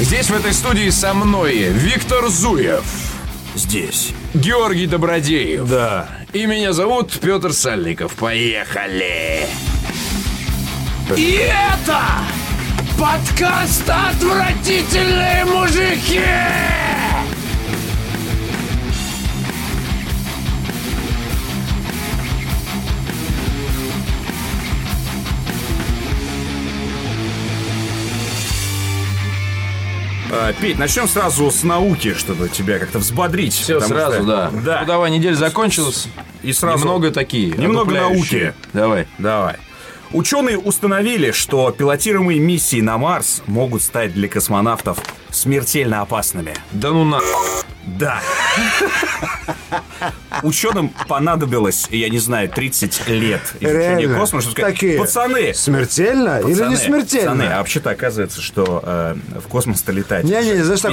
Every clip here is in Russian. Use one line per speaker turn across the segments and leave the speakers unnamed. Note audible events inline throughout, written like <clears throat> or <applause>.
Здесь, в этой студии, со мной Виктор Зуев,
Здесь.
Георгий Добродеев.
Да.
И меня зовут Петр Сальников. Поехали! И это подкаст «Отвратительные мужики».
А, Петь, начнем сразу с науки, чтобы тебя как-то взбодрить.
Все
потому
сразу,
что-
да.
Ну,
Да.
Трудовая неделя закончилась.
И сразу...
Немного такие.
Немного
одупляющие.
науки.
Давай.
Давай. Ученые установили, что пилотируемые миссии на Марс могут стать для космонавтов смертельно опасными.
Да ну на.
<laughs>
Да. Ученым понадобилось, я не знаю, 30 лет изучения
Реально.
космоса, чтобы сказать,
Такие.
пацаны,
Смертельно или
пацаны,
не смертельно?
пацаны, а вообще-то оказывается, что э, в космос-то летать
Не-не, знаешь, так...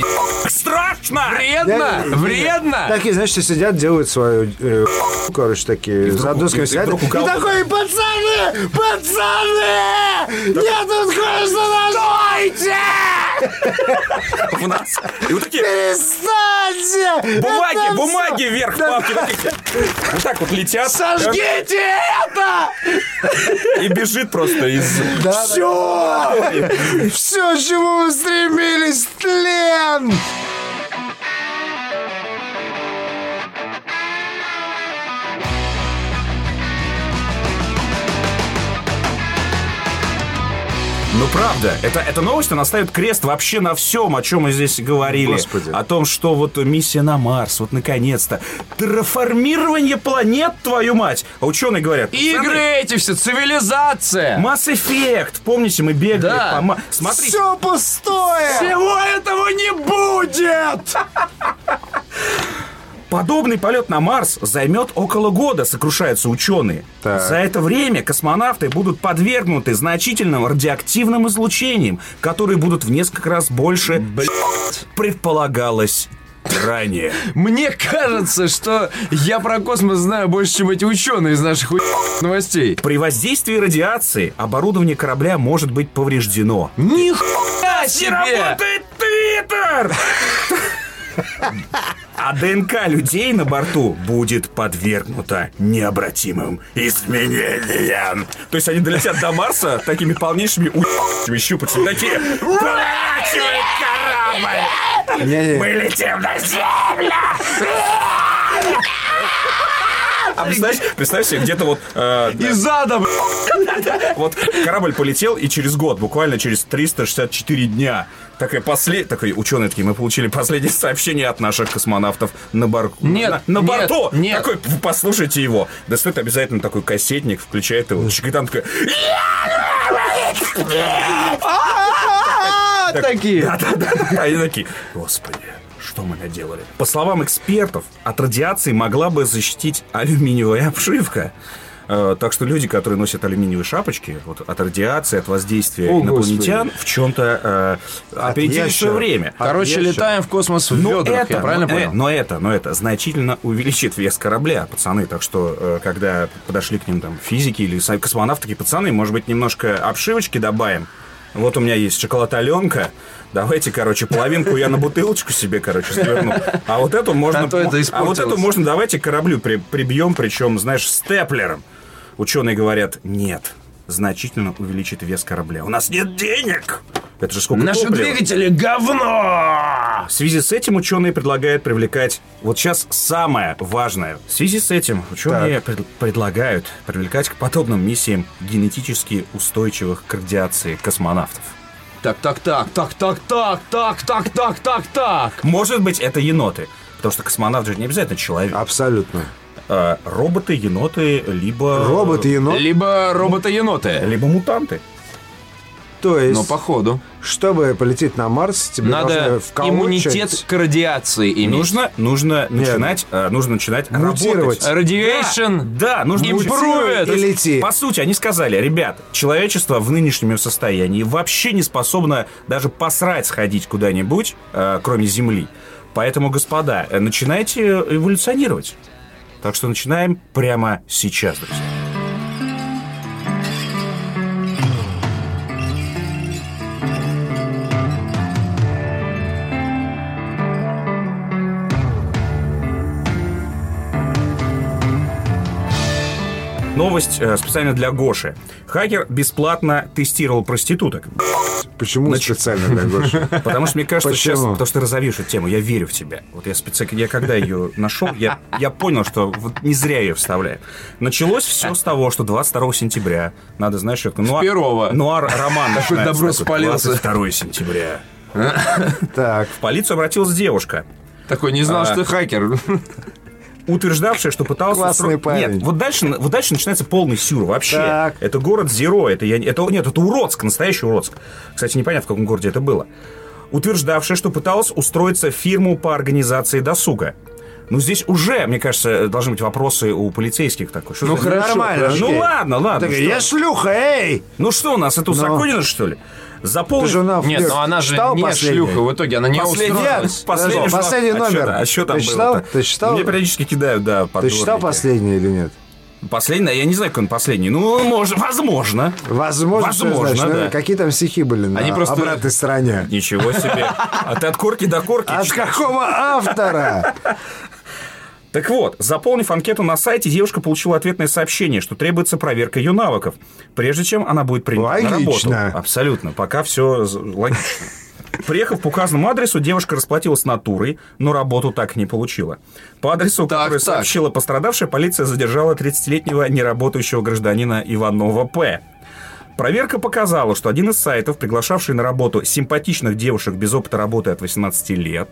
страшно!
Вредно!
Не-не-не.
Вредно!
Такие, знаешь, все сидят, делают свою, э, <laughs> короче, такие, за
вдруг-
досками
и
сидят.
вдруг у
И
кого-то-
такой, пацаны, пацаны, я тут кое-что нашел.
У нас. И вот такие
Перестаньте! Это
бумаги,
всё-
бумаги вверх, папки такие. Вот так вот летят.
Сожгите это!
И бежит просто из...
Да, Все! Все, к чему вы стремились, тлен!
Ну правда, это, это новость, она ставит крест вообще на всем, о чем мы здесь говорили.
Господи.
О том, что вот миссия на Марс, вот наконец-то. Терраформирование планет, твою мать! А ученые говорят,
Игры
«Пацаны,
эти все, цивилизация!
Mass Effect! Помните, мы бегали
Да.
по Ма- Смотри,
Все пустое!
Всего этого не будет!
подобный полет на Марс займет около года, сокрушаются ученые.
Так.
За это время космонавты будут подвергнуты значительным радиоактивным излучениям, которые будут в несколько раз больше предполагалось ранее.
Мне кажется, что я про космос знаю больше, чем эти ученые из наших у**ных новостей.
При воздействии радиации оборудование корабля может быть повреждено.
Нихуя себе!
Твиттер! А ДНК людей на борту будет подвергнута необратимым изменениям. То есть они долетят до Марса такими полнейшими у***ми щупальцами. Такие, поворачивай корабль!
Не-не.
Мы летим на Землю! А представь, представь себе, где-то вот э,
И задом!
Вот корабль полетел, и через год, буквально через 364 дня, такая послед... такой ученые такие, мы получили последнее <laughs> сообщение от наших космонавтов на борту.
Нет,
на, на
нет,
борту.
нет.
Такой, вы послушайте его. Достает обязательно такой кассетник, включает его. И там такой,
А, Такие.
«Да-да-да». Они такие, господи. Что мы наделали? По словам экспертов, от радиации могла бы защитить алюминиевая <laughs> обшивка. Э, так что люди, которые носят алюминиевые шапочки, вот от радиации, от воздействия
О,
инопланетян, в чем-то э, опередили свое
ящера.
время.
Короче,
Отъезжу.
летаем в космос в
Но
ведрах,
это,
я правильно
но, э,
понял?
но это, но это значительно увеличит вес корабля, пацаны. Так что, э, когда подошли к ним там физики или са- космонавты, такие пацаны, может быть, немножко обшивочки добавим. Вот у меня есть шоколад Аленка. Давайте, короче, половинку я на бутылочку себе, короче, сверну. А вот эту можно...
А то это
а вот эту
испортилось.
можно давайте кораблю при- прибьем, причем, знаешь, степлером. Ученые говорят, нет, значительно увеличит вес корабля. У нас нет денег! Это же сколько
Наши
топлива.
двигатели говно!
В связи с этим ученые предлагают привлекать... Вот сейчас самое важное. В связи с этим ученые пред- предлагают привлекать к подобным миссиям генетически устойчивых к радиации космонавтов.
Так, так, так, так, так, так, так, так, так, так, так.
Может быть, это еноты. Потому что космонавт же не обязательно человек.
Абсолютно.
А, роботы, еноты, либо...
Робот и енот,
Либо робота-еноты.
Либо мутанты.
то
Ну,
есть,
походу.
чтобы полететь на Марс, тебе
Надо
должны вколоть
иммунитет к радиации иметь.
Нужно, нужно начинать, а, нужно начинать
Мутировать.
работать.
Радиэйшн.
Да, нужно
Импровит.
учиться.
И лети.
По сути, они сказали, ребят, человечество в нынешнем состоянии вообще не способно даже посрать сходить куда-нибудь, э, кроме Земли. Поэтому, господа, э, начинайте эволюционировать. Так что начинаем прямо сейчас, друзья. Новость э, специально для Гоши. Хакер бесплатно тестировал проституток.
Почему специально для Гоши?
Потому что мне кажется,
Почему?
сейчас... Потому что ты разовьешь эту тему. Я верю в тебя. Вот я специ... Я когда ее нашел, я, я понял, что вот не зря ее вставляю. Началось все с того, что 22 сентября надо, знаешь, это... Нуар...
первого.
Нуар роман
Такой
начинается,
добро
такой,
спалился.
22 сентября.
<laughs> Так,
В полицию обратилась девушка.
Такой не знал, что ты хакер.
утверждавшая, что пытался...
Классный парень.
Нет, вот дальше, вот дальше начинается полный сюр вообще.
Так.
Это город Зеро, это я... Это, нет, это Уродск, настоящий Уродск. Кстати, непонятно, в каком городе это было. Утверждавшая, что пыталась устроиться в фирму по организации досуга. Ну, здесь уже, мне кажется, должны быть вопросы у полицейских такой. Что
Ну,
за-
хорошо,
нормально.
хорошо.
Ну,
окей.
ладно, ладно.
Так,
что-
я шлюха, эй!
Ну, что у нас, это узаконено, что ли?
Ты
Заполнить...
же на
Нет,
вверх
ну
но она же
читал
не
последний?
шлюха. В итоге она не
Последний,
устроилась.
последний,
Подожди,
журнал.
последний
А чё
номер.
там- А что там
Ты читал?
было-то?
Ты читал?
Мне периодически кидают, да,
Ты читал
подборники.
последний или нет?
Последний, а я не знаю, какой он последний. Ну, может, возможно.
Возможно, что
Возможно,
знаешь, ну,
да.
какие там стихи были на
Они просто-
обратной стороне.
Ничего себе. А ты от корки до корки.
От какого автора?
Так вот, заполнив анкету на сайте, девушка получила ответное сообщение, что требуется проверка ее навыков, прежде чем она будет принята на работу.
Логично.
Абсолютно. Пока все логично. Приехав по указанному адресу, девушка расплатилась натурой, но работу так и не получила. По адресу,
Так,
который
так.
сообщила пострадавшая, полиция задержала 30-летнего неработающего гражданина Иванова П. Проверка показала, что один из сайтов, приглашавший на работу симпатичных девушек без опыта работы от 18 лет,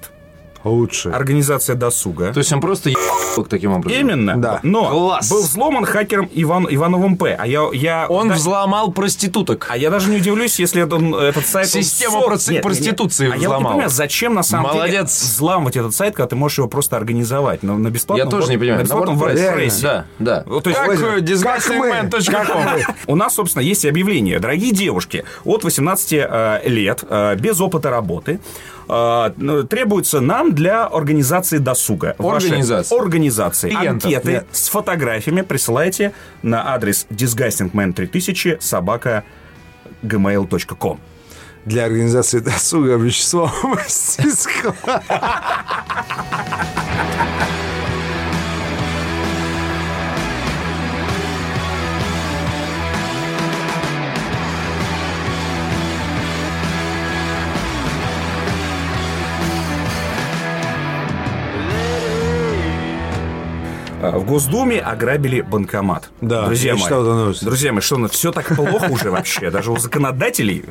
Лучше.
организация досуга.
То есть он просто ебал таким образом.
Именно.
Да.
Но
Класс.
был взломан хакером Иван, Ивановым П. А я, я,
Он
да-
взломал проституток.
а я даже не удивлюсь, если это он- этот сайт... он
Систему
сор-
проци- проституции
А я вот не
взломал.
понимаю, зачем на самом деле
Молодец.
взламывать этот сайт, когда ты можешь его просто организовать на, на бесплатном...
Я тоже не понимаю.
На бесплатном
На
WordPress,
WordPress.
Да, да.
Вот, Ну, то есть,
Как
Владимир,
э, disgustingman.com.
У нас, собственно, есть объявление. Дорогие девушки от 18 э, лет, э, без опыта работы, э, ну, требуется нам для организации досуга. Ваши
Организации.
Организации.
Клиентов,
Анкеты
нет.
с фотографиями присылайте на адрес disgustingman3000 собака gmail.com.
Для организации досуга Вячеслава Мастерского.
Э, В Госдуме ограбили банкомат.
Да,
друзья
я
мои.
читал эту новость.
Друзья мои, что, все так плохо уже вообще, даже у законодателей.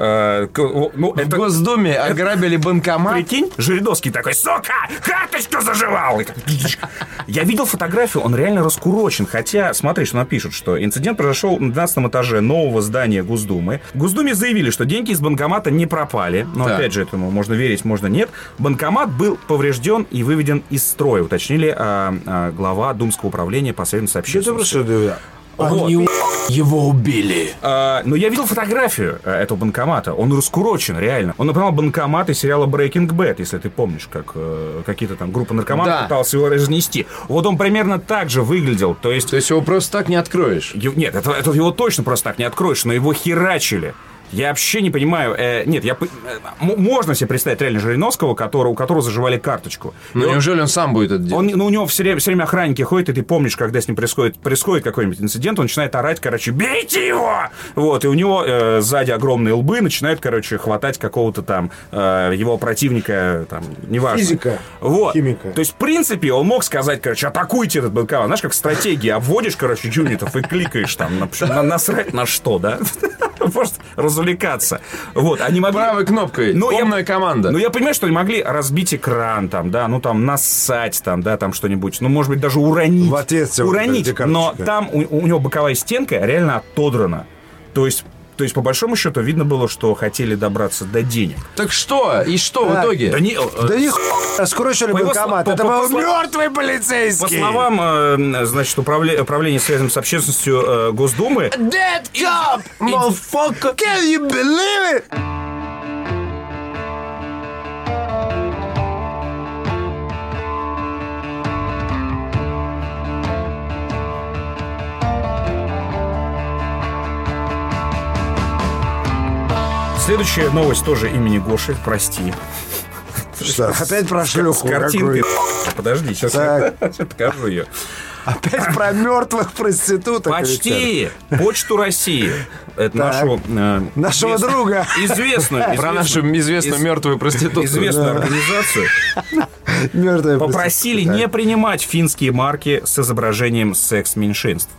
Э, к- о, Ну,
В
это
Госдуме ограбили банкомат.
Прикинь, Жириновский такой, сука, карточку заживал. И так, «Гич». Я видел фотографию, он реально раскурочен. Хотя, смотри, что напишут, что инцидент произошел на 12 этаже нового здания Госдумы. В Госдуме заявили, что деньги из банкомата не пропали. Но,
Так.
опять же, этому можно верить, можно нет. Банкомат был поврежден и выведен из строя, уточнили а, а, глава Думского управления по связям с общественностью.
Они у- его убили.
А, но я видел фотографию э, этого банкомата. Он раскурочен, реально. Он напоминал банкомат из сериала Breaking Bad, если ты помнишь, как э, какие-то там группа наркоманов
Да.
пыталась его разнести. Вот он примерно так же выглядел. То есть...
То есть его просто так не откроешь.
ев- Нет, это, это его точно просто так не откроешь, но его херачили. Я вообще не понимаю. э, нет, я... пы- э, м- можно себе представить реально Жириновского, который, у которого заживали карточку. И
Ну
он-
неужели он сам будет это делать?
он, ну, у него все время, все время охранники ходят, и ты помнишь, когда с ним происходит, происходит какой-нибудь инцидент, он начинает орать, короче, бейте его! Вот, и у него э, сзади огромные лбы, начинают, короче, хватать какого-то там э, его противника, там, неважно.
Физика,
Вот.
химика.
То есть, в принципе, он мог сказать, короче, атакуйте этот банкомат. Знаешь, как в стратегии, обводишь, короче, юнитов и кликаешь там, на- причем на- насрать на что, да? <laughs> Просто развлекаться. Вот, они могли...
Правой кнопкой.
Ну, я-
Умная команда.
Ну, я понимаю, что они могли разбить экран, там, да, ну, там, нассать, там, да, там что-нибудь. Ну, может быть, даже уронить.
В ответ всё,
Уронить,
вот эта
но
карточка.
там у, у него боковая стенка реально отодрана. То есть... То есть, по большому счету, видно было, что хотели добраться до денег.
Так что? И что в
Так.
итоге?
не, э,
Да их раскручили
По его
банкомат.
сло-
Это
по- по
был
сло-
мертвый
по
полицейский.
словам, э, значит, управле- управление связанным с общественностью э, Госдумы,
Dead cop, motherfucker.
Can you believe it?
следующая новость тоже имени Гоши, прости.
Что, опять про
С
шлюху
картинки.
какую-то?
Подожди, сейчас
Так.
я <laughs> покажу ее.
Опять про мертвых проституток. Виктор.
Почти! Почту России. Это
Так.
нашу... э,
Нашего
известную-
друга.
Известную.
Про нашу известную
из-
мертвую проститутку.
Известную организацию
Мертвые
попросили
проститутки,
не
так.
принимать финские марки с изображением секс-меньшинств.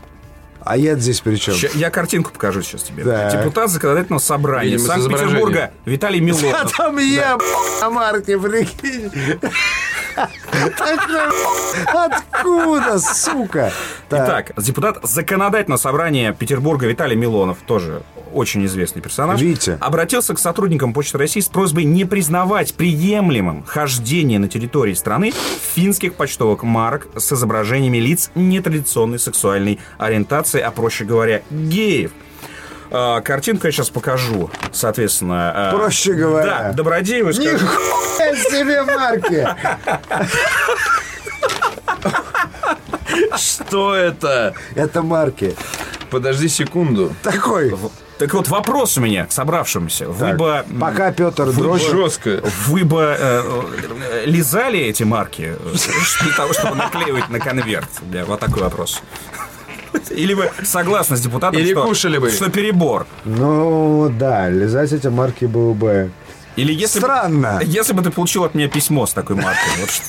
А я здесь при чем?
Ща- Я картинку покажу сейчас тебе.
Так.
Депутат законодательного собрания
Видимо, с
Санкт-Петербурга Виталий
А
Милонов.
там <laughs> я, на марке, прикинь. <laughs> Такой, Откуда, сука? Так,
Итак, депутат законодательного собрания Петербурга Виталий Милонов, тоже очень известный персонаж,
Витя.
обратился к сотрудникам Почты России с просьбой не признавать приемлемым хождение на территории страны финских почтовых марок с изображениями лиц нетрадиционной сексуальной ориентации, а проще говоря, геев. А, Картинку я сейчас покажу, соответственно. а,
Проще говоря.
Да, Добродееву скажу.
Нихуя себе марки!
Что это?
Это марки.
Подожди секунду.
Такой.
Так вот, вопрос у меня к собравшимся. Вы
Так,
бы... м,
Пока Петр дрочит.
Жестко.
Вы бы э, э, лизали эти марки э, для того, чтобы наклеивать на конверт? У меня Вот такой вопрос. Или вы согласны с депутатом,
Или
что,
кушали бы.
что перебор?
Ну да, лизать эти марки было бы
Или если бы-
странно.
если бы ты получил от меня письмо с такой маркой, вот что-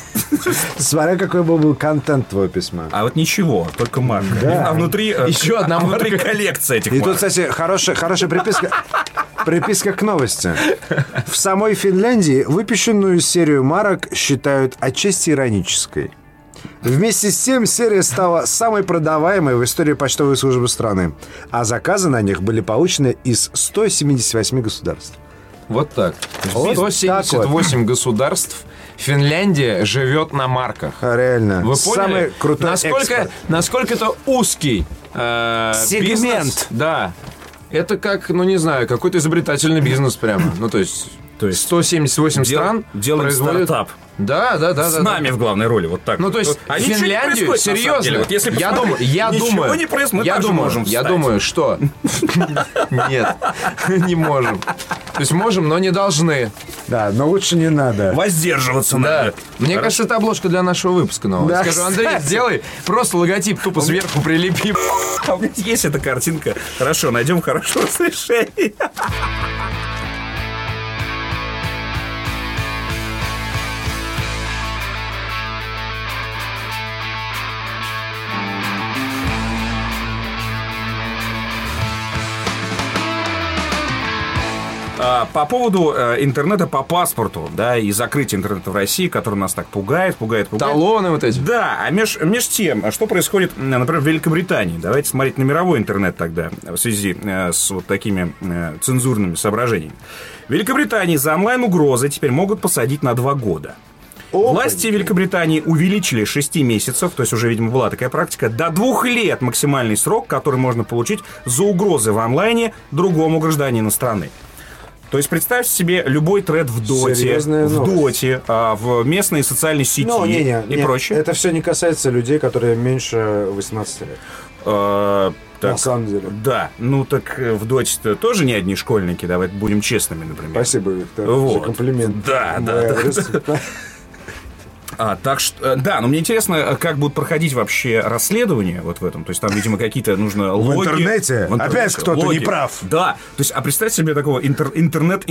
Смотря какой был бы контент твоего письма.
а вот ничего, только марка. А внутри э,
Еще одна
а внутри
марка.
коллекция этих
И тут,
марок.
кстати, хорошая, хорошая приписка. Приписка к новости. В самой Финляндии выпущенную серию марок считают отчасти иронической. Вместе с тем серия стала самой продаваемой в истории почтовой службы страны, а заказы на них были получены из 178 государств.
Вот так.
Вот
178 государств. Финляндия живет на марках.
А, Реально.
Вы поняли?
Самый крутой
насколько,
экспорт.
Насколько это узкий э,
Сегмент.
бизнес. Да. Это как, ну не знаю, какой-то изобретательный бизнес прямо. Ну то есть,
То есть
178
дел-
стран
делаем
производят-
стартап.
Да, да, да.
С
да, да.
нами в главной роли, вот так.
Ну, то есть,
Вот. А ничего не
Финляндию,
происходит, на самом
серьезно,
деле. Вот если
я думаю,
посмотреть,
я
ничего
думаю,
не происходит, мы
я
также
думаю,
можем
я
встать.
думаю,
<laughs>
что нет, <laughs> не можем. То есть можем, но не должны.
Да, но лучше не надо.
Да.
воздерживаться надо.
Мне кажется, это обложка для нашего выпуска нового.
Да,
Скажу, Андрей,
кстати.
сделай просто логотип тупо сверху прилепи.
А у меня есть эта картинка. Хорошо, найдем хорошее разрешение. А, По поводу э, интернета по паспорту, да, и закрытия интернета в России, который нас так пугает, пугает, пугает.
Талоны вот эти.
Да, а меж, меж тем, а что происходит, м, например, в Великобритании? Давайте смотреть на мировой интернет тогда в связи э, с вот такими э, цензурными соображениями. В Великобритании за онлайн-угрозы теперь могут посадить на два года. Власти Великобритании увеличили с 6 месяцев, то есть уже, видимо, была такая практика, до двух лет максимальный срок, который можно получить за угрозы в онлайне другому гражданину страны. То есть представьте себе любой тред в доте,
Серьезная
в
новость.
доте, а, в местной социальной сети
Ну, не, не,
и
не,
прочее.
Это все не касается людей, которые меньше 18 лет.
Э,
На
так,
самом деле.
да, ну так э, в Доте-то тоже не одни школьники, давайте будем честными, например.
Спасибо, Виктор, за
Вот.
комплимент.
Да,
В
да,
мой
да,
адрес.
<laughs> А, так что, э, да, но мне интересно, э, как будут проходить вообще расследования вот в этом. То есть там, видимо, какие-то нужно логи.
интернете? Опять кто-то
логи.
не прав.
Да, то есть, а представь себе такого интер-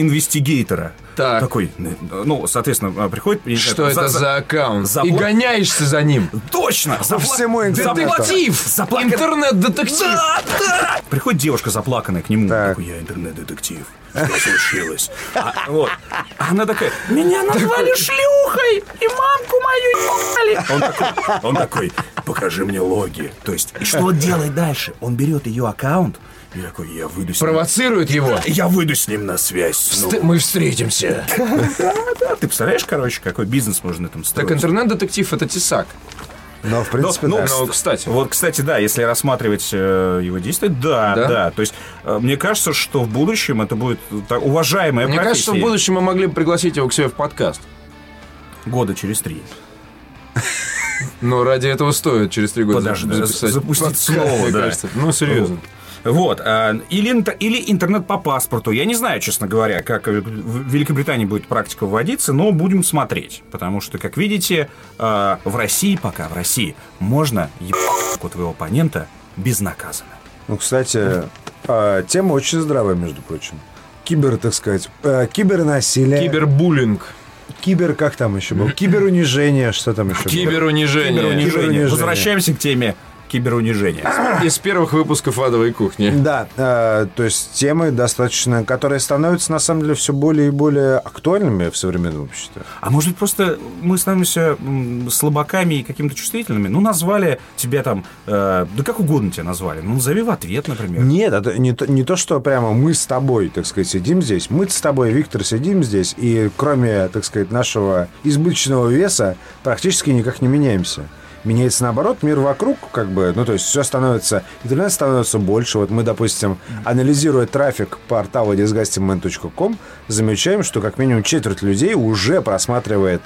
интернет-инвестигейтора.
Так.
Такой, э, ну, соответственно, э, приходит... и, э,
Что это за аккаунт?
за
И
вот-
гоняешься за ним.
Точно! запла-
всему интернету.
Детектив!
Заплакан-
Интернет-детектив!
Да, да. Приходит девушка заплаканная к нему.
Так.
Такой, я интернет-детектив. Что случилось? А, вот. А Она такая, меня назвали шлюхой, и мамку мою ебали. Он такой, он такой, покажи мне логи. То есть, и что он делает дальше? Он берет ее аккаунт и такой, я выйду с ним.
Провоцирует его.
Я выйду с ним на связь. Ну,
Ст- Мы встретимся.
да, ты представляешь, короче, какой бизнес можно на этом строить?
Так интернет-детектив это тесак.
Но,
Ну,
в принципе,
ну,
да.
но- кстати.
Вот, кстати, да, если рассматривать э, его действия, да,
Да?
да, То есть, э, мне кажется, что в будущем это будет та- уважаемая
Мне кажется,
профессия.
в будущем мы могли бы пригласить его к себе в подкаст.
Года через три.
Но ради этого стоит через три года
Подожди,
записать.
запустить
подкаст,
слово,
мне
да.
кажется. Ну, серьезно.
Вот. а, Или, интер- или интернет по паспорту. Я не знаю, честно говоря, как в в Великобритании будет практика вводиться, но будем смотреть. Потому что, как видите, а, в России пока, в России, можно ебать у твоего оппонента безнаказанно.
Ну, кстати, э, тема очень здравая, между прочим. Кибер, так сказать, э, кибернасилие.
Кибербуллинг.
Кибер, как там еще был? Киберунижение, что там еще было?
Киберунижение.
Киберунижение.
Киберунижение.
Возвращаемся к теме
<laughs>
киберунижения.
Из первых выпусков «Адовой кухни».
Да, э, то есть темы достаточно, которые становятся на самом деле все более и более актуальными в современном обществе.
А может быть, просто мы становимся м, слабаками и какими-то чувствительными? Ну, назвали тебя там... э, да как угодно тебя назвали. Ну, назови в ответ, например.
Нет, это не то, не то, что прямо мы с тобой, так сказать, сидим здесь. Мы с тобой, Виктор, сидим здесь, и кроме, так сказать, нашего избыточного веса практически никак не меняемся. Меняется наоборот, мир вокруг, как бы, ну то есть все становится, интернет становится больше. Вот мы, допустим, анализируя трафик портала disgustingman.com, замечаем, что как минимум четверть людей уже просматривает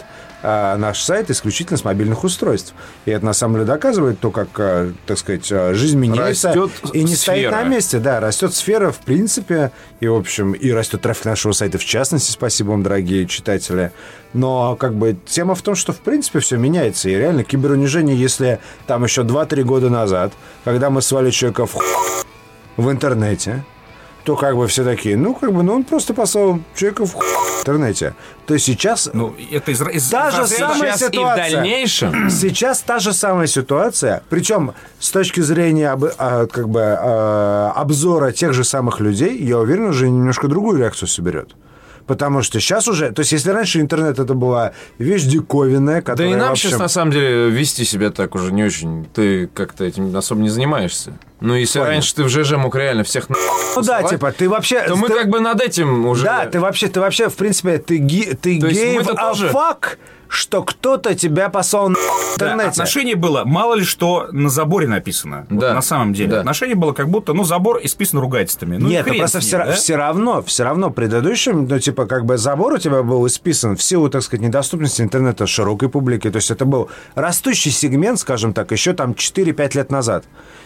а, наш сайт исключительно с мобильных устройств. И это на самом деле доказывает то, как, а, так сказать, а, жизнь меняется
Растет
и не стоит на
сфера.
месте. Да, растет сфера в принципе, и в общем, и растет трафик нашего сайта в частности. Спасибо вам, дорогие читатели. Но как бы тема в том, что в принципе все меняется. И реально киберунижение, если там еще 2-3 года назад, когда мы свали человека в хуй в интернете, то как бы все такие, ну как бы, ну он просто послал человека в хуй в интернете. То сейчас
Ну, это из... из
Та же
разряда-
самая
Сейчас и в
ситуация.
дальнейшем
<clears throat> Сейчас та же самая ситуация, причем с точки зрения обы- а, как бы э, обзора тех же самых людей, я уверен, уже немножко другую реакцию соберет. Потому что сейчас уже, то есть если раньше интернет это была вещь
Да
диковинная, которая
и нам
вообще-
сейчас, на самом деле, вести себя так уже не очень. Ты как-то этим особо не занимаешься. Ну, если
Понятно.
раньше ты в ЖЖ мог реально всех на...
ну да, типа ты вообще,
То мы
ты-
как бы над этим уже...
да, ты вообще, ты вообще в принципе ты ги, ты
То есть
гейв
мы-то тоже-
фак, что кто-то тебя послал на в
Да,
интернете.
а
отношение было, мало ли что на заборе написано. Вот
Да.
на самом деле.
Да.
Отношение было как будто, ну, забор исписан ругательствами. Ну, и
Нет, ну
хрен
просто
с ним,
все,
да?
равно, все равно предыдущим, ну, типа, как бы забор у тебя был исписан в силу, так сказать, недоступности интернета широкой публике. То есть это был растущий сегмент, скажем так, еще там 4-5 лет назад.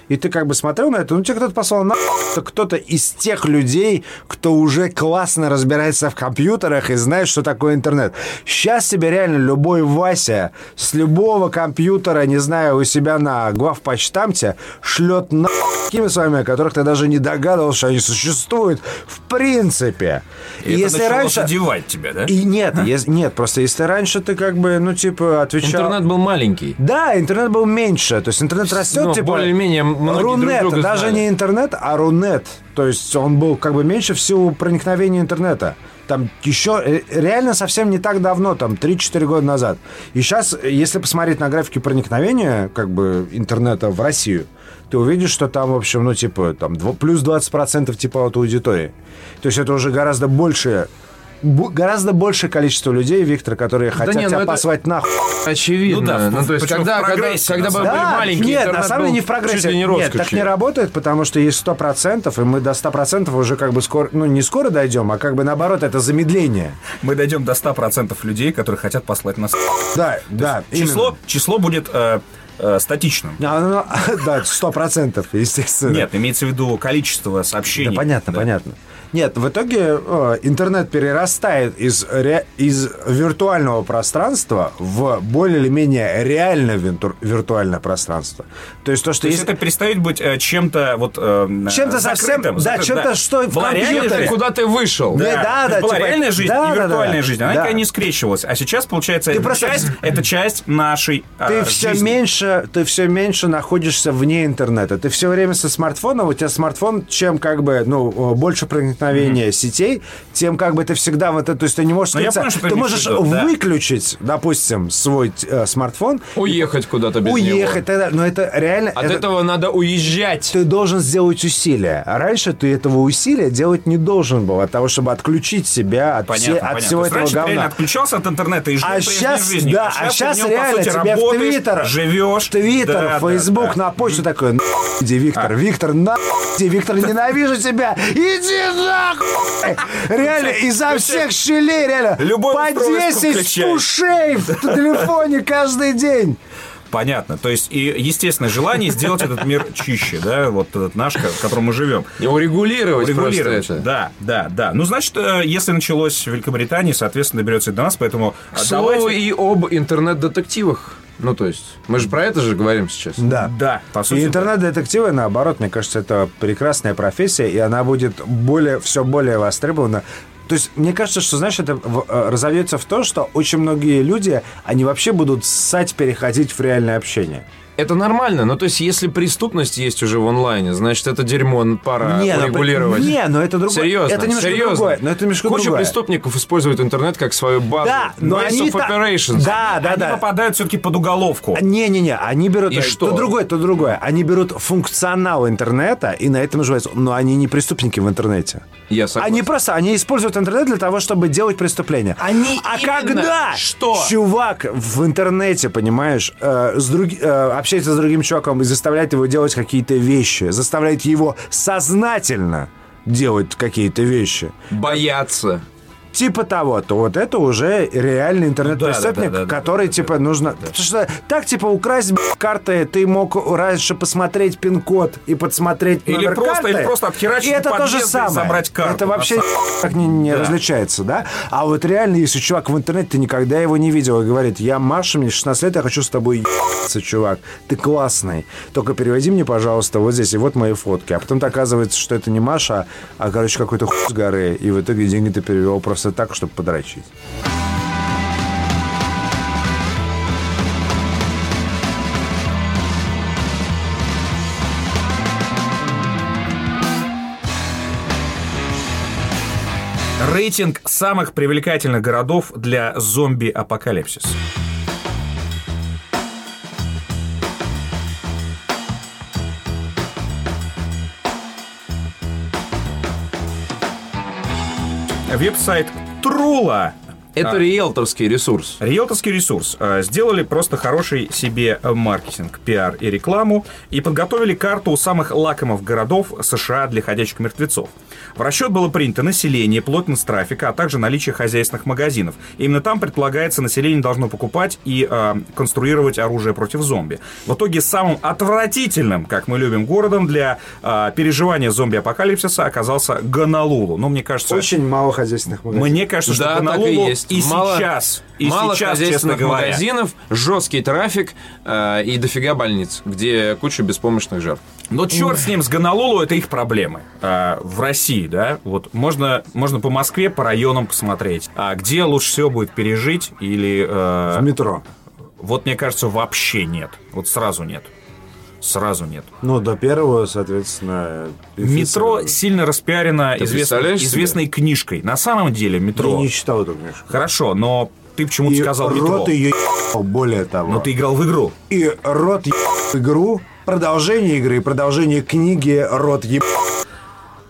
И ты как бы смотрел на это, ну тебе кто-то послал на это кто-то из тех людей, кто уже классно разбирается в компьютерах и знает, что такое интернет. Сейчас тебе реально любой Вася с любого компьютера, не знаю, у себя на главпочтамте шлет на такими с вами, о которых ты даже не догадывался, что они существуют в принципе.
И это начало задевать тебя, да?
И нет, ес- нет, просто если раньше ты как бы, ну, типа, отвечал...
Интернет был маленький.
Да, интернет был меньше. То есть интернет растет,
Ну,
типа...
более-менее многие друг
Рунет,
друга
даже
знают.
не интернет, а Рунет. То есть он был как бы меньше в силу проникновения интернета. Там еще э, реально совсем не так давно, там 3-4 года назад. И сейчас, если посмотреть на графики проникновения как бы интернета в Россию, ты увидишь, что там, в общем, ну, типа, там дво- плюс 20% типа от аудитории. То есть это уже гораздо больше бу- гораздо большее количество людей, Виктор, которые хотят
не, ну
тебя
это-
послать нахуй.
Очевидно.
Ну да,
ну, то есть,
причем в
когда, когда,
прогрессе,
когда
на
бы
самом
были
Да,
маленькие,
нет, на
интернет
самом деле
был
не в прогрессе.
чуть ли не
нет, так
роскошью.
не работает, потому что есть 100%, и мы до 100% уже как бы скоро, ну не скоро дойдем, а как бы наоборот, это замедление.
Мы дойдем до 100% людей, которые хотят послать нас.
Да, да,
Число, число будет э, э, статичным.
именно. А, ну, <laughs> ну, Да, 100%, естественно.
Нет, имеется в виду количество сообщений.
Да, понятно,
Да.
понятно. Нет, в итоге э, интернет перерастает из, ре- из виртуального пространства в более или менее реально винтур- виртуальное пространство. То есть то, что
То есть
есть-
это перестает быть э, чем-то вот... э,
Чем-то совсем-
закрытым,
да,
закрытым,
чем-то, что в
Была реальная
компьютере.
жизнь.
Куда ты вышел?
Да.
То есть была
типа,
реальная жизнь
да,
и
да, да.
виртуальная жизнь. Она
Да.
никогда не скрещивалась. А сейчас, получается, это
просто-
часть, это часть нашей
ты
а,
все
жизни.
меньше, ты все меньше находишься вне интернета. Ты все время со смартфоном. У тебя смартфон, чем как бы, ну, э, больше проникновения сетей, тем как бы ты всегда вот это, то есть ты не можешь
Ну, я
скрыться.
понял, что ты
ты
имеешь в
можешь
виду, да.
выключить, допустим, свой э, смартфон,
Уехать куда-то без
уехать,
него.
тогда, но это реально.
От
это-
этого надо уезжать.
ты должен сделать усилие. А раньше ты этого усилия делать не должен был от того, чтобы отключить себя от, все-
Понятно,
от
понятно.
всего
То есть
этого
раньше ты
говна.
реально отключался от интернета и жил
А
прежней
сейчас,
жизнью.
да, а сейчас
ты в нем, по
реально
сути,
тебе в
работаешь,
Твиттер,
живешь,
в Твиттер,
Да, да,
в Фейсбук,
да.
на почту такой, «Ну, иди, Виктор, Виктор, на иди, Виктор, ненавижу тебя, иди нахуй! Реально, изо всех щелей, реально,
Любое
по
устройство
10
включай.
ушей в телефоне каждый день.
Понятно. То есть, и естественное желание сделать этот мир чище, да, вот этот наш, ко- в котором мы живем.
И урегулировать,
Регулировать.
просто это.
Да, да, да. Ну, значит, э, если началось в Великобритании, соответственно, доберется и до нас, поэтому
К
А
э,
слову
давайте...
и об интернет-детективах. Ну, то есть, мы же про это же говорим сейчас.
Да.
Да, по сути.
И
да.
интернет-детективы, наоборот, мне кажется, это прекрасная профессия, и она будет более, все более востребована. То есть, мне кажется, что, знаешь, это в- э, разовьется в то, что очень многие люди, они вообще будут ссать переходить в реальное общение.
Это нормально, ну, то есть, если преступность есть уже в онлайне, значит, это дерьмо н- пора
ну,
урегулировать.
Не, но это другое.
Серьезно,
это немножко
серьезно.
другое. Но это немножко
Куча
другое.
преступников используют интернет как свою базу.
Да, но
Base
они
of
та-
operations.
Да, да,
Они
да.
попадают все-таки под уголовку.
Не-не-не, они берут...
И что?
То другое, то другое. Они берут функционал интернета и на этом наживаются. Но они не преступники в интернете.
Я согласен.
Они просто, они используют интернет для того, чтобы делать преступления.
Они
а
именно
когда
что?
чувак в интернете, понимаешь, э, с друг- э, общается с другим чуваком и заставляет его делать какие-то вещи, заставляет его сознательно делать какие-то вещи.
Боятся.
Типа того, то вот это уже реальный интернет-преступник,
да, да, да,
который, типа, нужно... Потому что так, типа, украсть б***ь, карты, ты мог раньше посмотреть пин-код и подсмотреть
Или
номер
просто-
карты,
или просто отхерачить
И это то же
подъезд и
самое.
забрать карту,
Это вообще
на
как не, не различается, да? А вот реально, если чувак в интернете, ты никогда его не видел, и говорит, я Маша, мне 16 лет, я хочу с тобой ебаться, чувак. Ты классный. Только переводи мне, пожалуйста, вот здесь, и вот мои фотки. А потом оказывается, что это не Маша, а, короче, какой-то хуй с горы. И в итоге деньги ты перевел просто так, чтобы подрочить.
Рейтинг самых привлекательных городов для зомби-апокалипсис. Веб-сайт Трула
Это
А.
риэлторский ресурс.
Риэлторский ресурс. Э, Сделали просто хороший себе э, маркетинг, пиар и рекламу и подготовили карту самых лакомых городов США для ходячих мертвецов. В расчет было принято население, плотность трафика, а также наличие хозяйственных магазинов. Именно там предполагается, население должно покупать и э, конструировать оружие против зомби. В итоге самым отвратительным, как мы любим, городом для э, переживания зомби-апокалипсиса оказался Гонолулу. Но мне кажется...
Очень мало хозяйственных магазинов.
Мне кажется, что
Да, так
Гонолулу
и есть. мало,
сейчас, и
мало
сейчас, честно
хозяйственных
говоря,
магазинов, жесткий трафик э, и дофига больниц, где куча беспомощных жертв.
Но черт с ним, с Гонолулу, это их проблемы. А, в России, да, вот можно, можно по Москве, по районам посмотреть, а где лучше всего будет пережить или... э,
В метро.
вот, мне кажется, вообще нет. Вот сразу нет. Сразу нет.
Ну, до первого, соответственно...
Метро сильно распиарено известной,
представляешь себе?
известной книжкой. На самом деле
Я
метро...
не читал эту книжку.
Хорошо, но ты почему-то
И
сказал метро.
рот ее ебал, более того.
Но ты играл в игру.
И рот ебал игру, продолжение игры, продолжение книги рот ебал.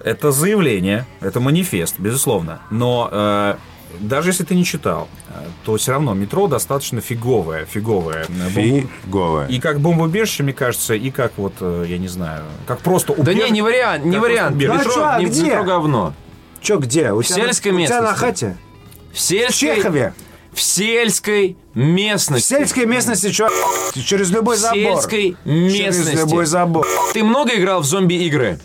Это заявление, это манифест, безусловно. Но э, даже если ты не читал, э, то все равно метро достаточно фиговое, фиговое. э, бомбу-
Фиговое.
И как бомбоубежище, мне кажется, и как вот, э, я не знаю, как просто убеж-
Да не, не вариант, не
Как
вариант.
вот
Метро,
убежище. Ну, а
не-
где?
метро говно.
Чё, где? У тебя на-
сельской
У тебя на
местности.
хате?
В
В
сельской,
Чехове.
В сельской
В
местности.
сельской местности, чё, через любой
В
забор.
сельской местности.
Через любой забор.
Ты много играл в зомби-игры?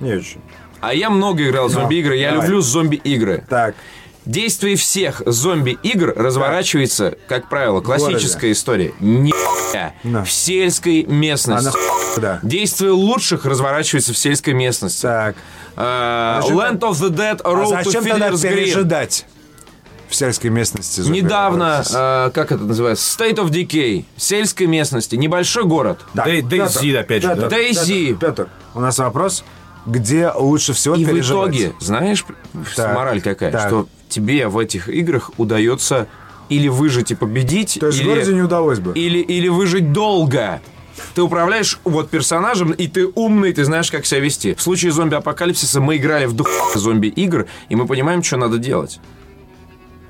Не очень.
А я много играл в зомби-игры. Я
давай.
люблю зомби-игры.
Так.
Действие всех зомби-игр разворачивается, как правило, классическая история. Не
Да.
в сельской
А
местности.
на куда?
Действие лучших разворачивается в сельской местности.
Так.
А,
Зачем-
Land of the Dead,
А
Road to
зачем тогда
Fiddler's Green.
пережидать? В сельской местности. Э, забор.
Недавно, а, как это называется, State of Decay, сельской местности, небольшой город.
Так,
Дэй- Дейзи,
Пётр,
опять же, да?
Пётр,
Дейзи.
Пётр, Пётр, у нас вопрос, где лучше всего
И в
переживать?
итоге, знаешь,
Так,
мораль какая,
так.
что тебе в этих играх удается или выжить и победить,
То есть в
или-
городе не удалось бы.
или, или выжить долго. Ты управляешь вот персонажем, и ты умный, ты знаешь, как себя вести. В случае зомби-апокалипсиса мы играли в дух зомби-игр, и мы понимаем, что надо делать.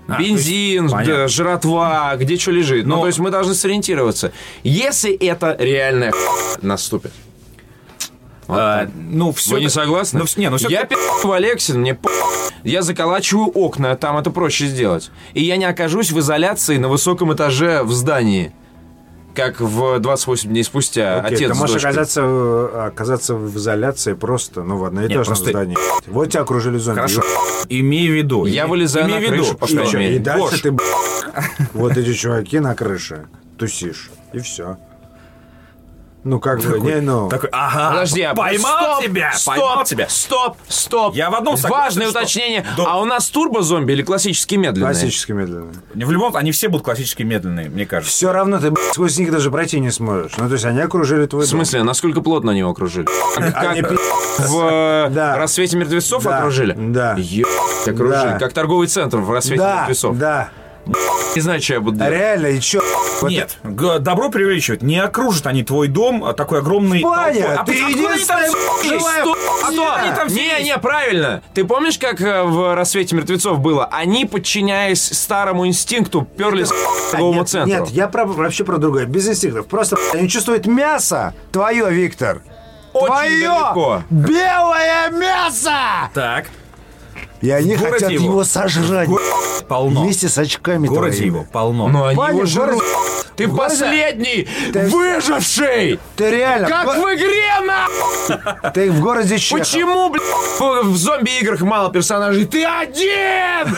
А, то есть-
Бензин,
понятно.
да, жратва, где что лежит. Ну,
Но-
то есть мы должны сориентироваться. Если это реальная наступит. Вот
А,
так.
ну, все.
Вы не согласны?
Ну, вс- не, ну все.
я пи***ю Алексин, мне пи***. Я заколачиваю окна, там это проще сделать. И я не окажусь в изоляции на высоком этаже в здании. как в 28 дней спустя
Окей,
отец
ты
с
можешь
дочкой.
оказаться, э, оказаться в изоляции просто, ну, в одноэтажном
просто-
здании. Вот тебя окружили зомби.
Хорошо. Имей в виду.
Я
и-
вылезаю на
имей в виду,
крышу, по
И,
что-
крайней
чё,
мере.
и дальше
Гош,
ты, б***, вот эти чуваки на крыше, тусишь, и все. Ну, как бы, не, ну...
Такой, ага,
Подожди, а
поймал
стоп,
тебя,
стоп,
поймал тебя.
Стоп, стоп.
Я в одном согласен,
Важное
что-
уточнение.
Да.
А у нас турбо-зомби или классические медленные?
Классически медленно.
В любом, они все будут классически медленные, мне кажется.
Все равно ты, б***, сквозь них даже пройти не сможешь. Ну, то есть они окружили твой
В смысле, насколько плотно они его окружили? Как,
Они
как
пи***.
в э,
Да.
«Рассвете мертвецов»
Да,
окружили?
да.
Ебать, окружили.
Да.
Как торговый центр в
дом?
«Рассвете
Да,
мертвецов».
да.
Не знаю, что я буду делать.
Реально, и чё? Вот
Нет, г- добро преувеличивать. Не окружат они твой дом а такой огромный... толпой.
Ваня,
А
ты
почему они
единственная,
там
б***ь,
все?
живая,
Стоп,
Стоп!
стоп, они там все
Не,
есть.
не, правильно. Ты помнишь, как э, в «Рассвете мертвецов» было? Они, подчиняясь старому инстинкту, перли с торговому
нет,
центру.
Нет, я про- вообще про другое. Без инстинктов. Просто б***, они чувствуют мясо. Твое, Виктор.
Очень
Твое
далеко.
белое мясо!
Так,
И они
городе
хотят
его.
его, сожрать.
полно.
Вместе с очками
В городе
твоими.
его полно.
Но Ну, они
Ваня,
его жрут.
город-
Ты
Ваня,
последний
ты-
выживший!
Ты реально...
Как
в-
в игре, на!
Ты в городе Чехов.
Почему, блядь, в- в зомби-играх мало персонажей? Ты один!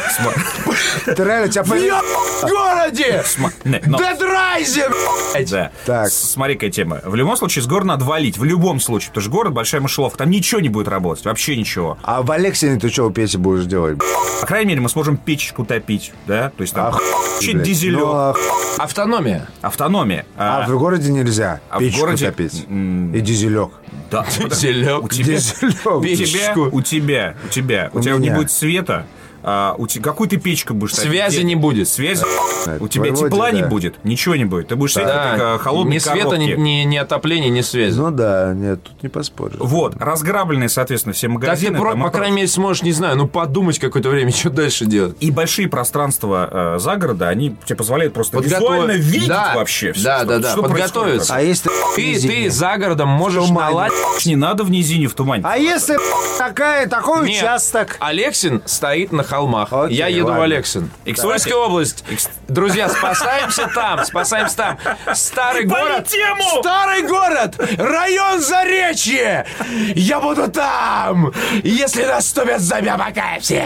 Ты реально тебя
В
поли-
ёбаном городе!
Сма- не, но-
Дедрайзе, блядь!
Да.
Так.
С- Смотри, какая тема. В любом случае, с гор надо валить. В любом случае. Потому что город большая мышеловка. Там ничего не будет работать. Вообще ничего.
А в Алексине ты что у Пети будешь делать? б***ь?
По крайней мере, мы сможем печечку топить. Да? То есть там...
Ах,
Чуть
блядь.
дизелек.
Ну, а,
Автономия.
Автономия.
а
А,
в городе нельзя.
А в
Печку
городе-
топить.
М.
И дизелек. <laughs>
да.
Зелёк.
У тебя...
Дизелек.
У тебя,
Печечку.
у тебя, у тебя, у, тебя не
меня.
будет света, а, у тебя какую ты печку будешь топить?
Связи
Где-
не будет.
Связи. <laughs> У тебя
Твоего
тепла не
деда.
будет, ничего не будет. Ты будешь сидеть как э, холодный
ни света, ни, ни- ни отопления, ни связи.
Ну да, нет, тут не поспоришь.
Вот, разграбленные, соответственно, все
так ты,
магазины.
про-
там и
по
прочее.
крайней мере, сможешь, не знаю, ну подумать какое-то время, <laughs> что дальше делать.
И большие пространства э, загорода, они тебе позволяют просто
Подготов-
визуально видеть
Да.
вообще все.
Да, да, да. Подготовиться.
А если...
Ты,
зимняя?
ты за городом можешь
Тумане.
наладить...
<laughs> Не надо в низине, в тумане.
А если б***ь, такая, такой
Нет,
участок?
Алексин стоит на холмах.
Окей,
Я еду в
ладно.
Алексин.
И, кстати,
Тульская область.
и, кстати-
Друзья, спасаемся там, спасаемся там. Старый
Не пали
город.
тему!
Старый город! Район Заречье! Я буду там! Если наступят зомби-апокалипсис!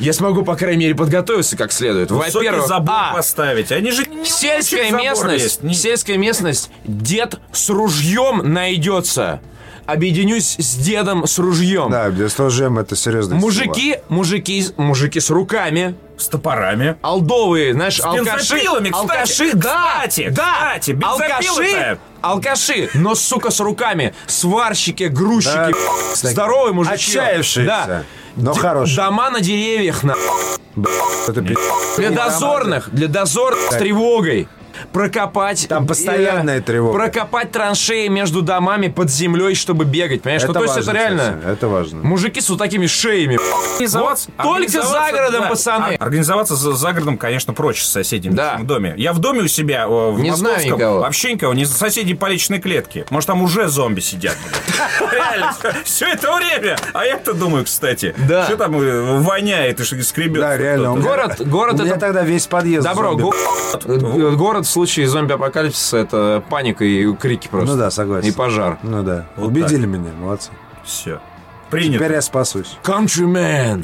Я смогу, по крайней мере, подготовиться как следует.
Высокий
Во-первых,
забор
а,
поставить. Они же не
Сельская
учат забор
местность,
лезть. Не-
сельская местность, дед с ружьем найдется. Объединюсь с дедом с ружьем.
Да, без ЖМ это серьезно.
Мужики, мужики, мужики с руками,
С топорами.
алдовые, знаешь, алкаши,
бензопилами, кстати.
алкаши, да,
Кстати,
да,
кстати, бензопилы-то.
алкаши, алкаши, но сука с руками, сварщики, грузчики,
Да,
б***ь, здоровые мужики,
Отчаявшиеся,
да,
но
Д-
хорошие.
дома на деревьях, на
Это пи***.
для дозорных, для дозорных с тревогой. Прокопать... э,
Там постоянная тревога.
Прокопать траншеи между домами под землей, чтобы бегать, понимаешь?
Это
ну, то есть это
важно,
реально...
кстати, это важно.
Мужики с вот такими шеями.
Организоваться-
Вот только за
организоваться-
городом,
да.
пацаны.
А- Организоваться за, за городом, конечно, проще с соседями,
Да.
чем в доме. Я в доме у себя э, в
Не знаю
московском
никого.
вообще никого, не соседи по личной клетке. Может, там уже зомби сидят.
<laughs>
Реально, все это время. А я-то думаю, кстати,
Да.
что там э, воняет и ш- скребет.
Да, реально. у меня-
Город, город
У меня
это...
тогда весь подъезд.
Добро,
зомби.
го- э, город в случае зомби-апокалипсиса это паника и крики просто.
Ну да, согласен.
И пожар.
Ну да.
Вот
Убедили меня, молодцы.
Все. Принято.
Теперь я спасусь.
Countryman!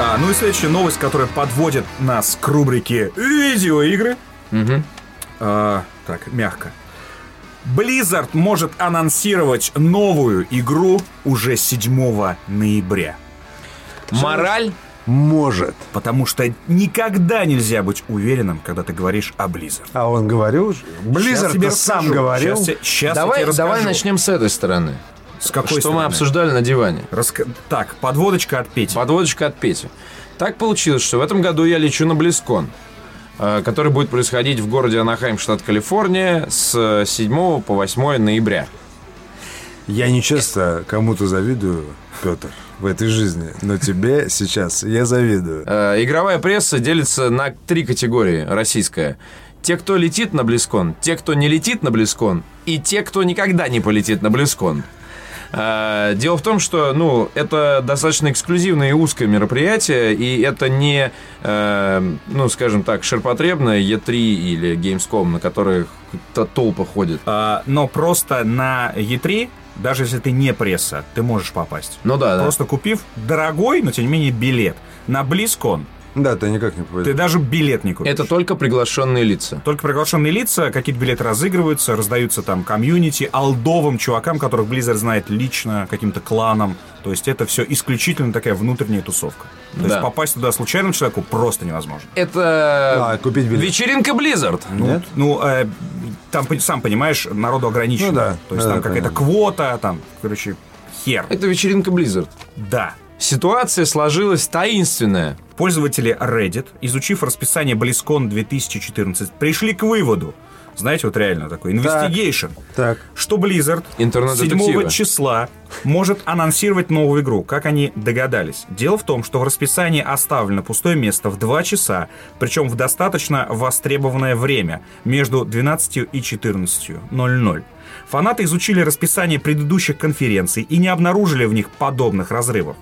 А, ну и следующая новость, которая подводит нас к рубрике видеоигры. А, так, мягко. Blizzard может анонсировать новую игру уже 7 ноября.
Мораль?
Может.
Потому что никогда нельзя быть уверенным, когда ты говоришь о Blizzard.
А он говорил же.
Сейчас
Близзард
тебе
ты сам
расскажу.
говорил.
Сейчас, те- сейчас я
Давай,
тебе
давай
расскажу.
начнем с этой стороны.
С какой
что мы
стороны?
обсуждали на диване.
Раска- Так, подводочка от Пети.
Подводочка от Пети. Так получилось, что в этом году я лечу на Близкон, э, который будет происходить в городе Анахайм, штат Калифорния, с э, 7 по 8 ноября.
Я нечасто кому-то завидую, Петр, в этой жизни. Но тебе сейчас я завидую.
Э, Игровая пресса делится на три категории российская. Те, кто летит на Близкон, те, кто не летит на Близкон, и те, кто никогда не полетит на Близкон. А, Дело в том, что ну, это достаточно эксклюзивное и узкое мероприятие, и это не, э, ну, скажем так, ширпотребное E3 или Gamescom, на которых та толпа ходит.
А, но просто на E3, даже если ты не пресса, ты можешь попасть.
Ну да, да.
Просто купив дорогой, но тем не менее билет. На Близкон
Да, ты никак не
ты
попадешь.
даже билет не купишь.
Это только приглашенные лица.
Только приглашенные лица, какие-то билеты разыгрываются, раздаются там комьюнити, алдовым чувакам, которых Blizzard знает лично, каким-то кланом. То есть это все исключительно такая внутренняя тусовка. То
Да.
есть попасть туда случайному человеку просто невозможно.
Это
А, купить билет.
вечеринка Blizzard.
Ну,
Нет?
ну, э, там, пон- сам понимаешь, народу ограничено.
Ну да.
То есть
Да,
там
да,
какая-то
понятно.
квота, там, короче, хер.
Это вечеринка Blizzard.
Да.
Ситуация сложилась таинственная.
Пользователи Reddit, изучив расписание BlizzCon 2014, пришли к выводу, знаете, вот реально такой, investigation,
Так.
что Blizzard
Интернет-детективы.
7 числа может анонсировать новую игру, как они догадались. Дело в том, что в расписании оставлено пустое место в 2 часа, причем в достаточно востребованное время, между 12 и 14.00. Фанаты изучили расписание предыдущих конференций и не обнаружили в них подобных разрывов.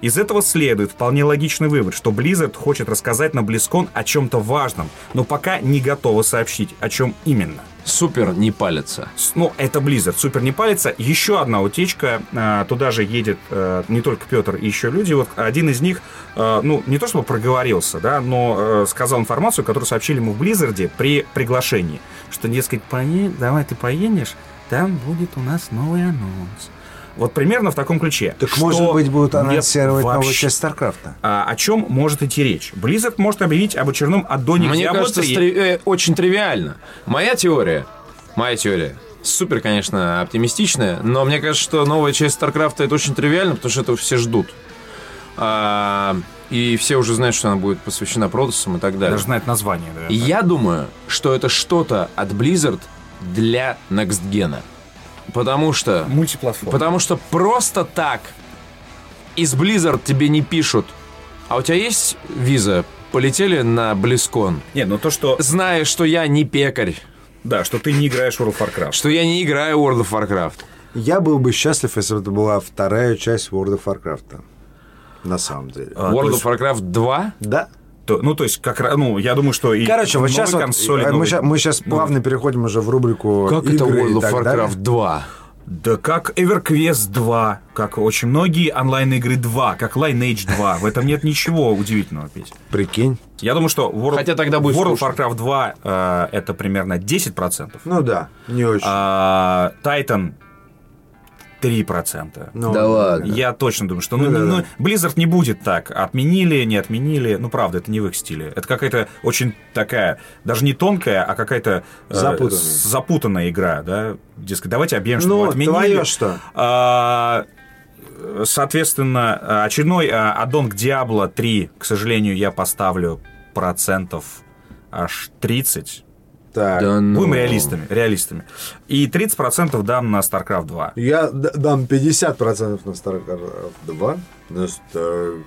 Из этого следует вполне логичный вывод, что Blizzard хочет рассказать на BlizzCon о чем-то важном, но пока не готова сообщить, о чем именно.
Супер не палится.
С- Ну, это Blizzard, супер не палится. Еще одна утечка. а, Туда же едет э, не только Петр, и еще люди. Вот один из них, э, ну, не то чтобы проговорился, да, но э, сказал информацию, которую сообщили ему в Близзарде при приглашении. Что, дескать, «Пое- давай ты поедешь, там будет у нас новый анонс. Вот примерно в таком ключе.
Так
Что
может быть будут
нет
анонсировать новую
вообще.
часть Старкрафта?
А, о чем может идти речь? Blizzard может объявить об очередном аддоне к
Мне
Diablo
кажется,
3.
стри- э, очень тривиально. Моя теория, моя теория, супер, конечно, оптимистичная, но мне кажется, что новая часть Старкрафта это очень тривиально, потому что этого все ждут. А, и все уже знают, что она будет посвящена Протусам и так далее.
Даже знает название, да.
И Я думаю, что это что-то от Blizzard для Next Потому что...
Мультиплатформа.
Потому что просто так из Blizzard тебе не пишут. А у тебя есть виза? Полетели на Близкон.
Не, ну то, что
Зная, что я не пекарь,
Да, что ты не играешь в World of Warcraft.
что я не играю в World of Warcraft.
Я был бы счастлив, если бы это была вторая часть World of Warcraft. На самом деле.
А,
World
то
of
есть-
Warcraft 2?
Да.
То- ну, то есть, как раз, ну, я думаю, что и
Короче, вот
новые
сейчас
консоли,
мы,
новые-
ща- мы сейчас плавно переходим уже в рубрику
Как это
игры и
World of
так
Warcraft
далее.
2?
Да как EverQuest 2, как очень многие онлайн-игры 2, как Lineage 2. В этом нет ничего удивительного, Петь.
Прикинь.
Я думаю, что World,
Хотя тогда будет
World of
скучно.
Warcraft 2 э, это примерно 10%.
Ну да, не очень.
А Titan 3%.
Ну,
Да ладно.
Я точно думаю, что ну,
Ну, да,
ну,
да.
Blizzard не будет так. Отменили, не отменили. Ну, правда, это не в их стиле. Это какая-то очень такая, даже не тонкая, а какая-то э,
Запутанная.
с- запутанная игра, да. Дескать, давайте объявим, что мы
Ну,
отменили.
твое что?
А, соответственно, очередной а, аддон к Diablo 3, к сожалению, я поставлю процентов аж 30.
Так.
Да ну.
Будем реалистами, реалистами. И 30% дам на StarCraft 2.
Я д- дам 50% на StarCraft 2. На Star-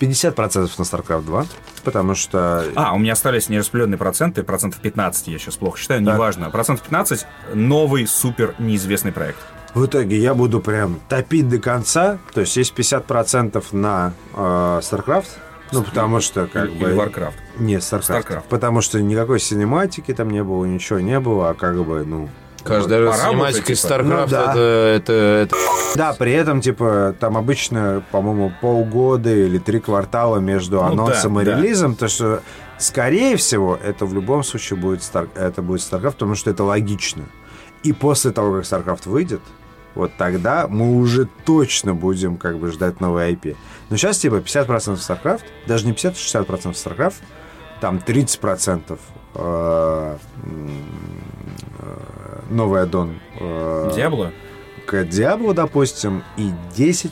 50% на StarCraft 2, потому что...
А, у меня остались нераспределенные проценты, процентов 15, я сейчас плохо считаю, неважно. Процентов 15, новый супер неизвестный проект.
В итоге я буду прям топить до конца. То есть есть 50% на э, StarCraft. Ну, потому что как
Или
бы...
Warcraft.
Нет, StarCraft.
StarCraft.
Потому что никакой синематики там не было, ничего не было, а как бы, ну...
Каждый раз
Пора бы
снимать
уже,
из
типа.
StarCraft
Ну да.
это, это, это...
Да, при этом, типа, там обычно, по-моему, полгода или три квартала между анонсом
Ну да,
и
да.
релизом, то что, скорее всего, это в любом случае будет, Стар... это будет StarCraft, потому что это логично. И после того, как StarCraft выйдет, вот тогда мы уже точно будем как бы ждать новый IP. Но сейчас, типа, 50% StarCraft, даже не а 50, 60% StarCraft, там 30% э, м, э, новый аддон э,
Диабло?
к Диаблу, допустим, и 10%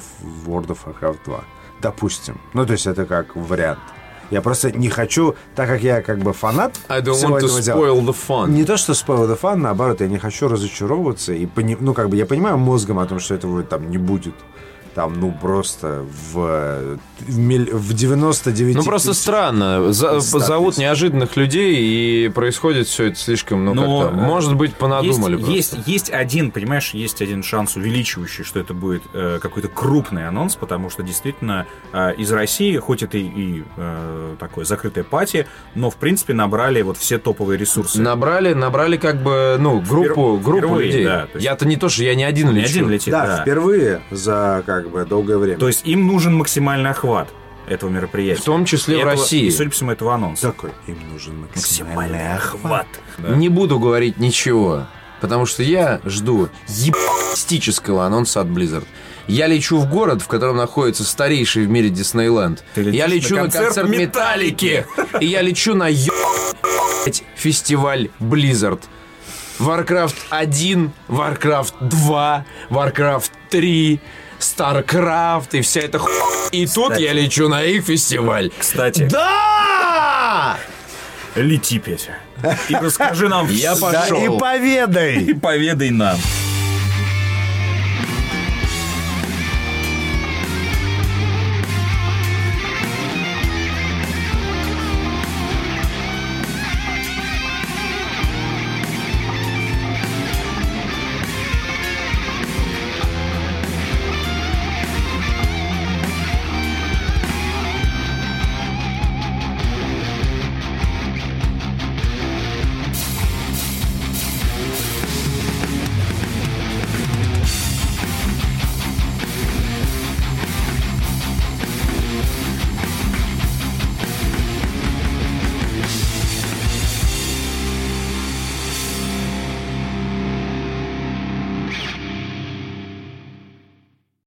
в World of Warcraft 2. Допустим. Ну, то есть это как вариант. Я просто не хочу, так как я как бы фанат
I don't
всего
want to
этого дела.
spoil the fun.
Не то, что spoil the fun, наоборот, я не хочу разочаровываться. И пони- Ну, как бы я понимаю мозгом о том, что этого там не будет. там, ну, просто в, в, миль- в 99...
Ну просто
тысяч-
странно. За-
Статус.
зовут неожиданных людей и происходит все это слишком, ну
Но,
как-то.
э,
Может быть, понадумали.
есть,
просто.
есть, есть один, понимаешь, есть один шанс увеличивающий, что это будет э, какой-то крупный анонс, потому что действительно э, из России, хоть это и, и, э, такое закрытое пати, но в принципе набрали вот все топовые ресурсы.
Набрали, набрали как бы, ну, группу, группу
впервые,
людей.
да, то есть-
Я-то не то, что я не один
Не
лечу.
один летит.
Да,
да.
впервые за, как бы, долгое время.
То есть им нужен максимальный охват этого мероприятия.
В том числе
И
в
этого-
России.
И, судя по всему, этого анонса.
Такой, им нужен максимальный охват.
Да. Не буду говорить ничего, потому что я жду ебастического анонса от Blizzard. Я лечу в город, в котором находится старейший в мире Диснейленд.
Ты летишь
Я лечу на концерт, Металлики. И я лечу на ебать фестиваль Blizzard. Warcraft 1, Warcraft 2, Warcraft 3, StarCraft и вся эта хуйня. И тут я лечу на их фестиваль.
Кстати,
Да!
лети, Петя. И расскажи нам
Я
всё.
пошел.
И
<laughs>
поведай!
И поведай нам.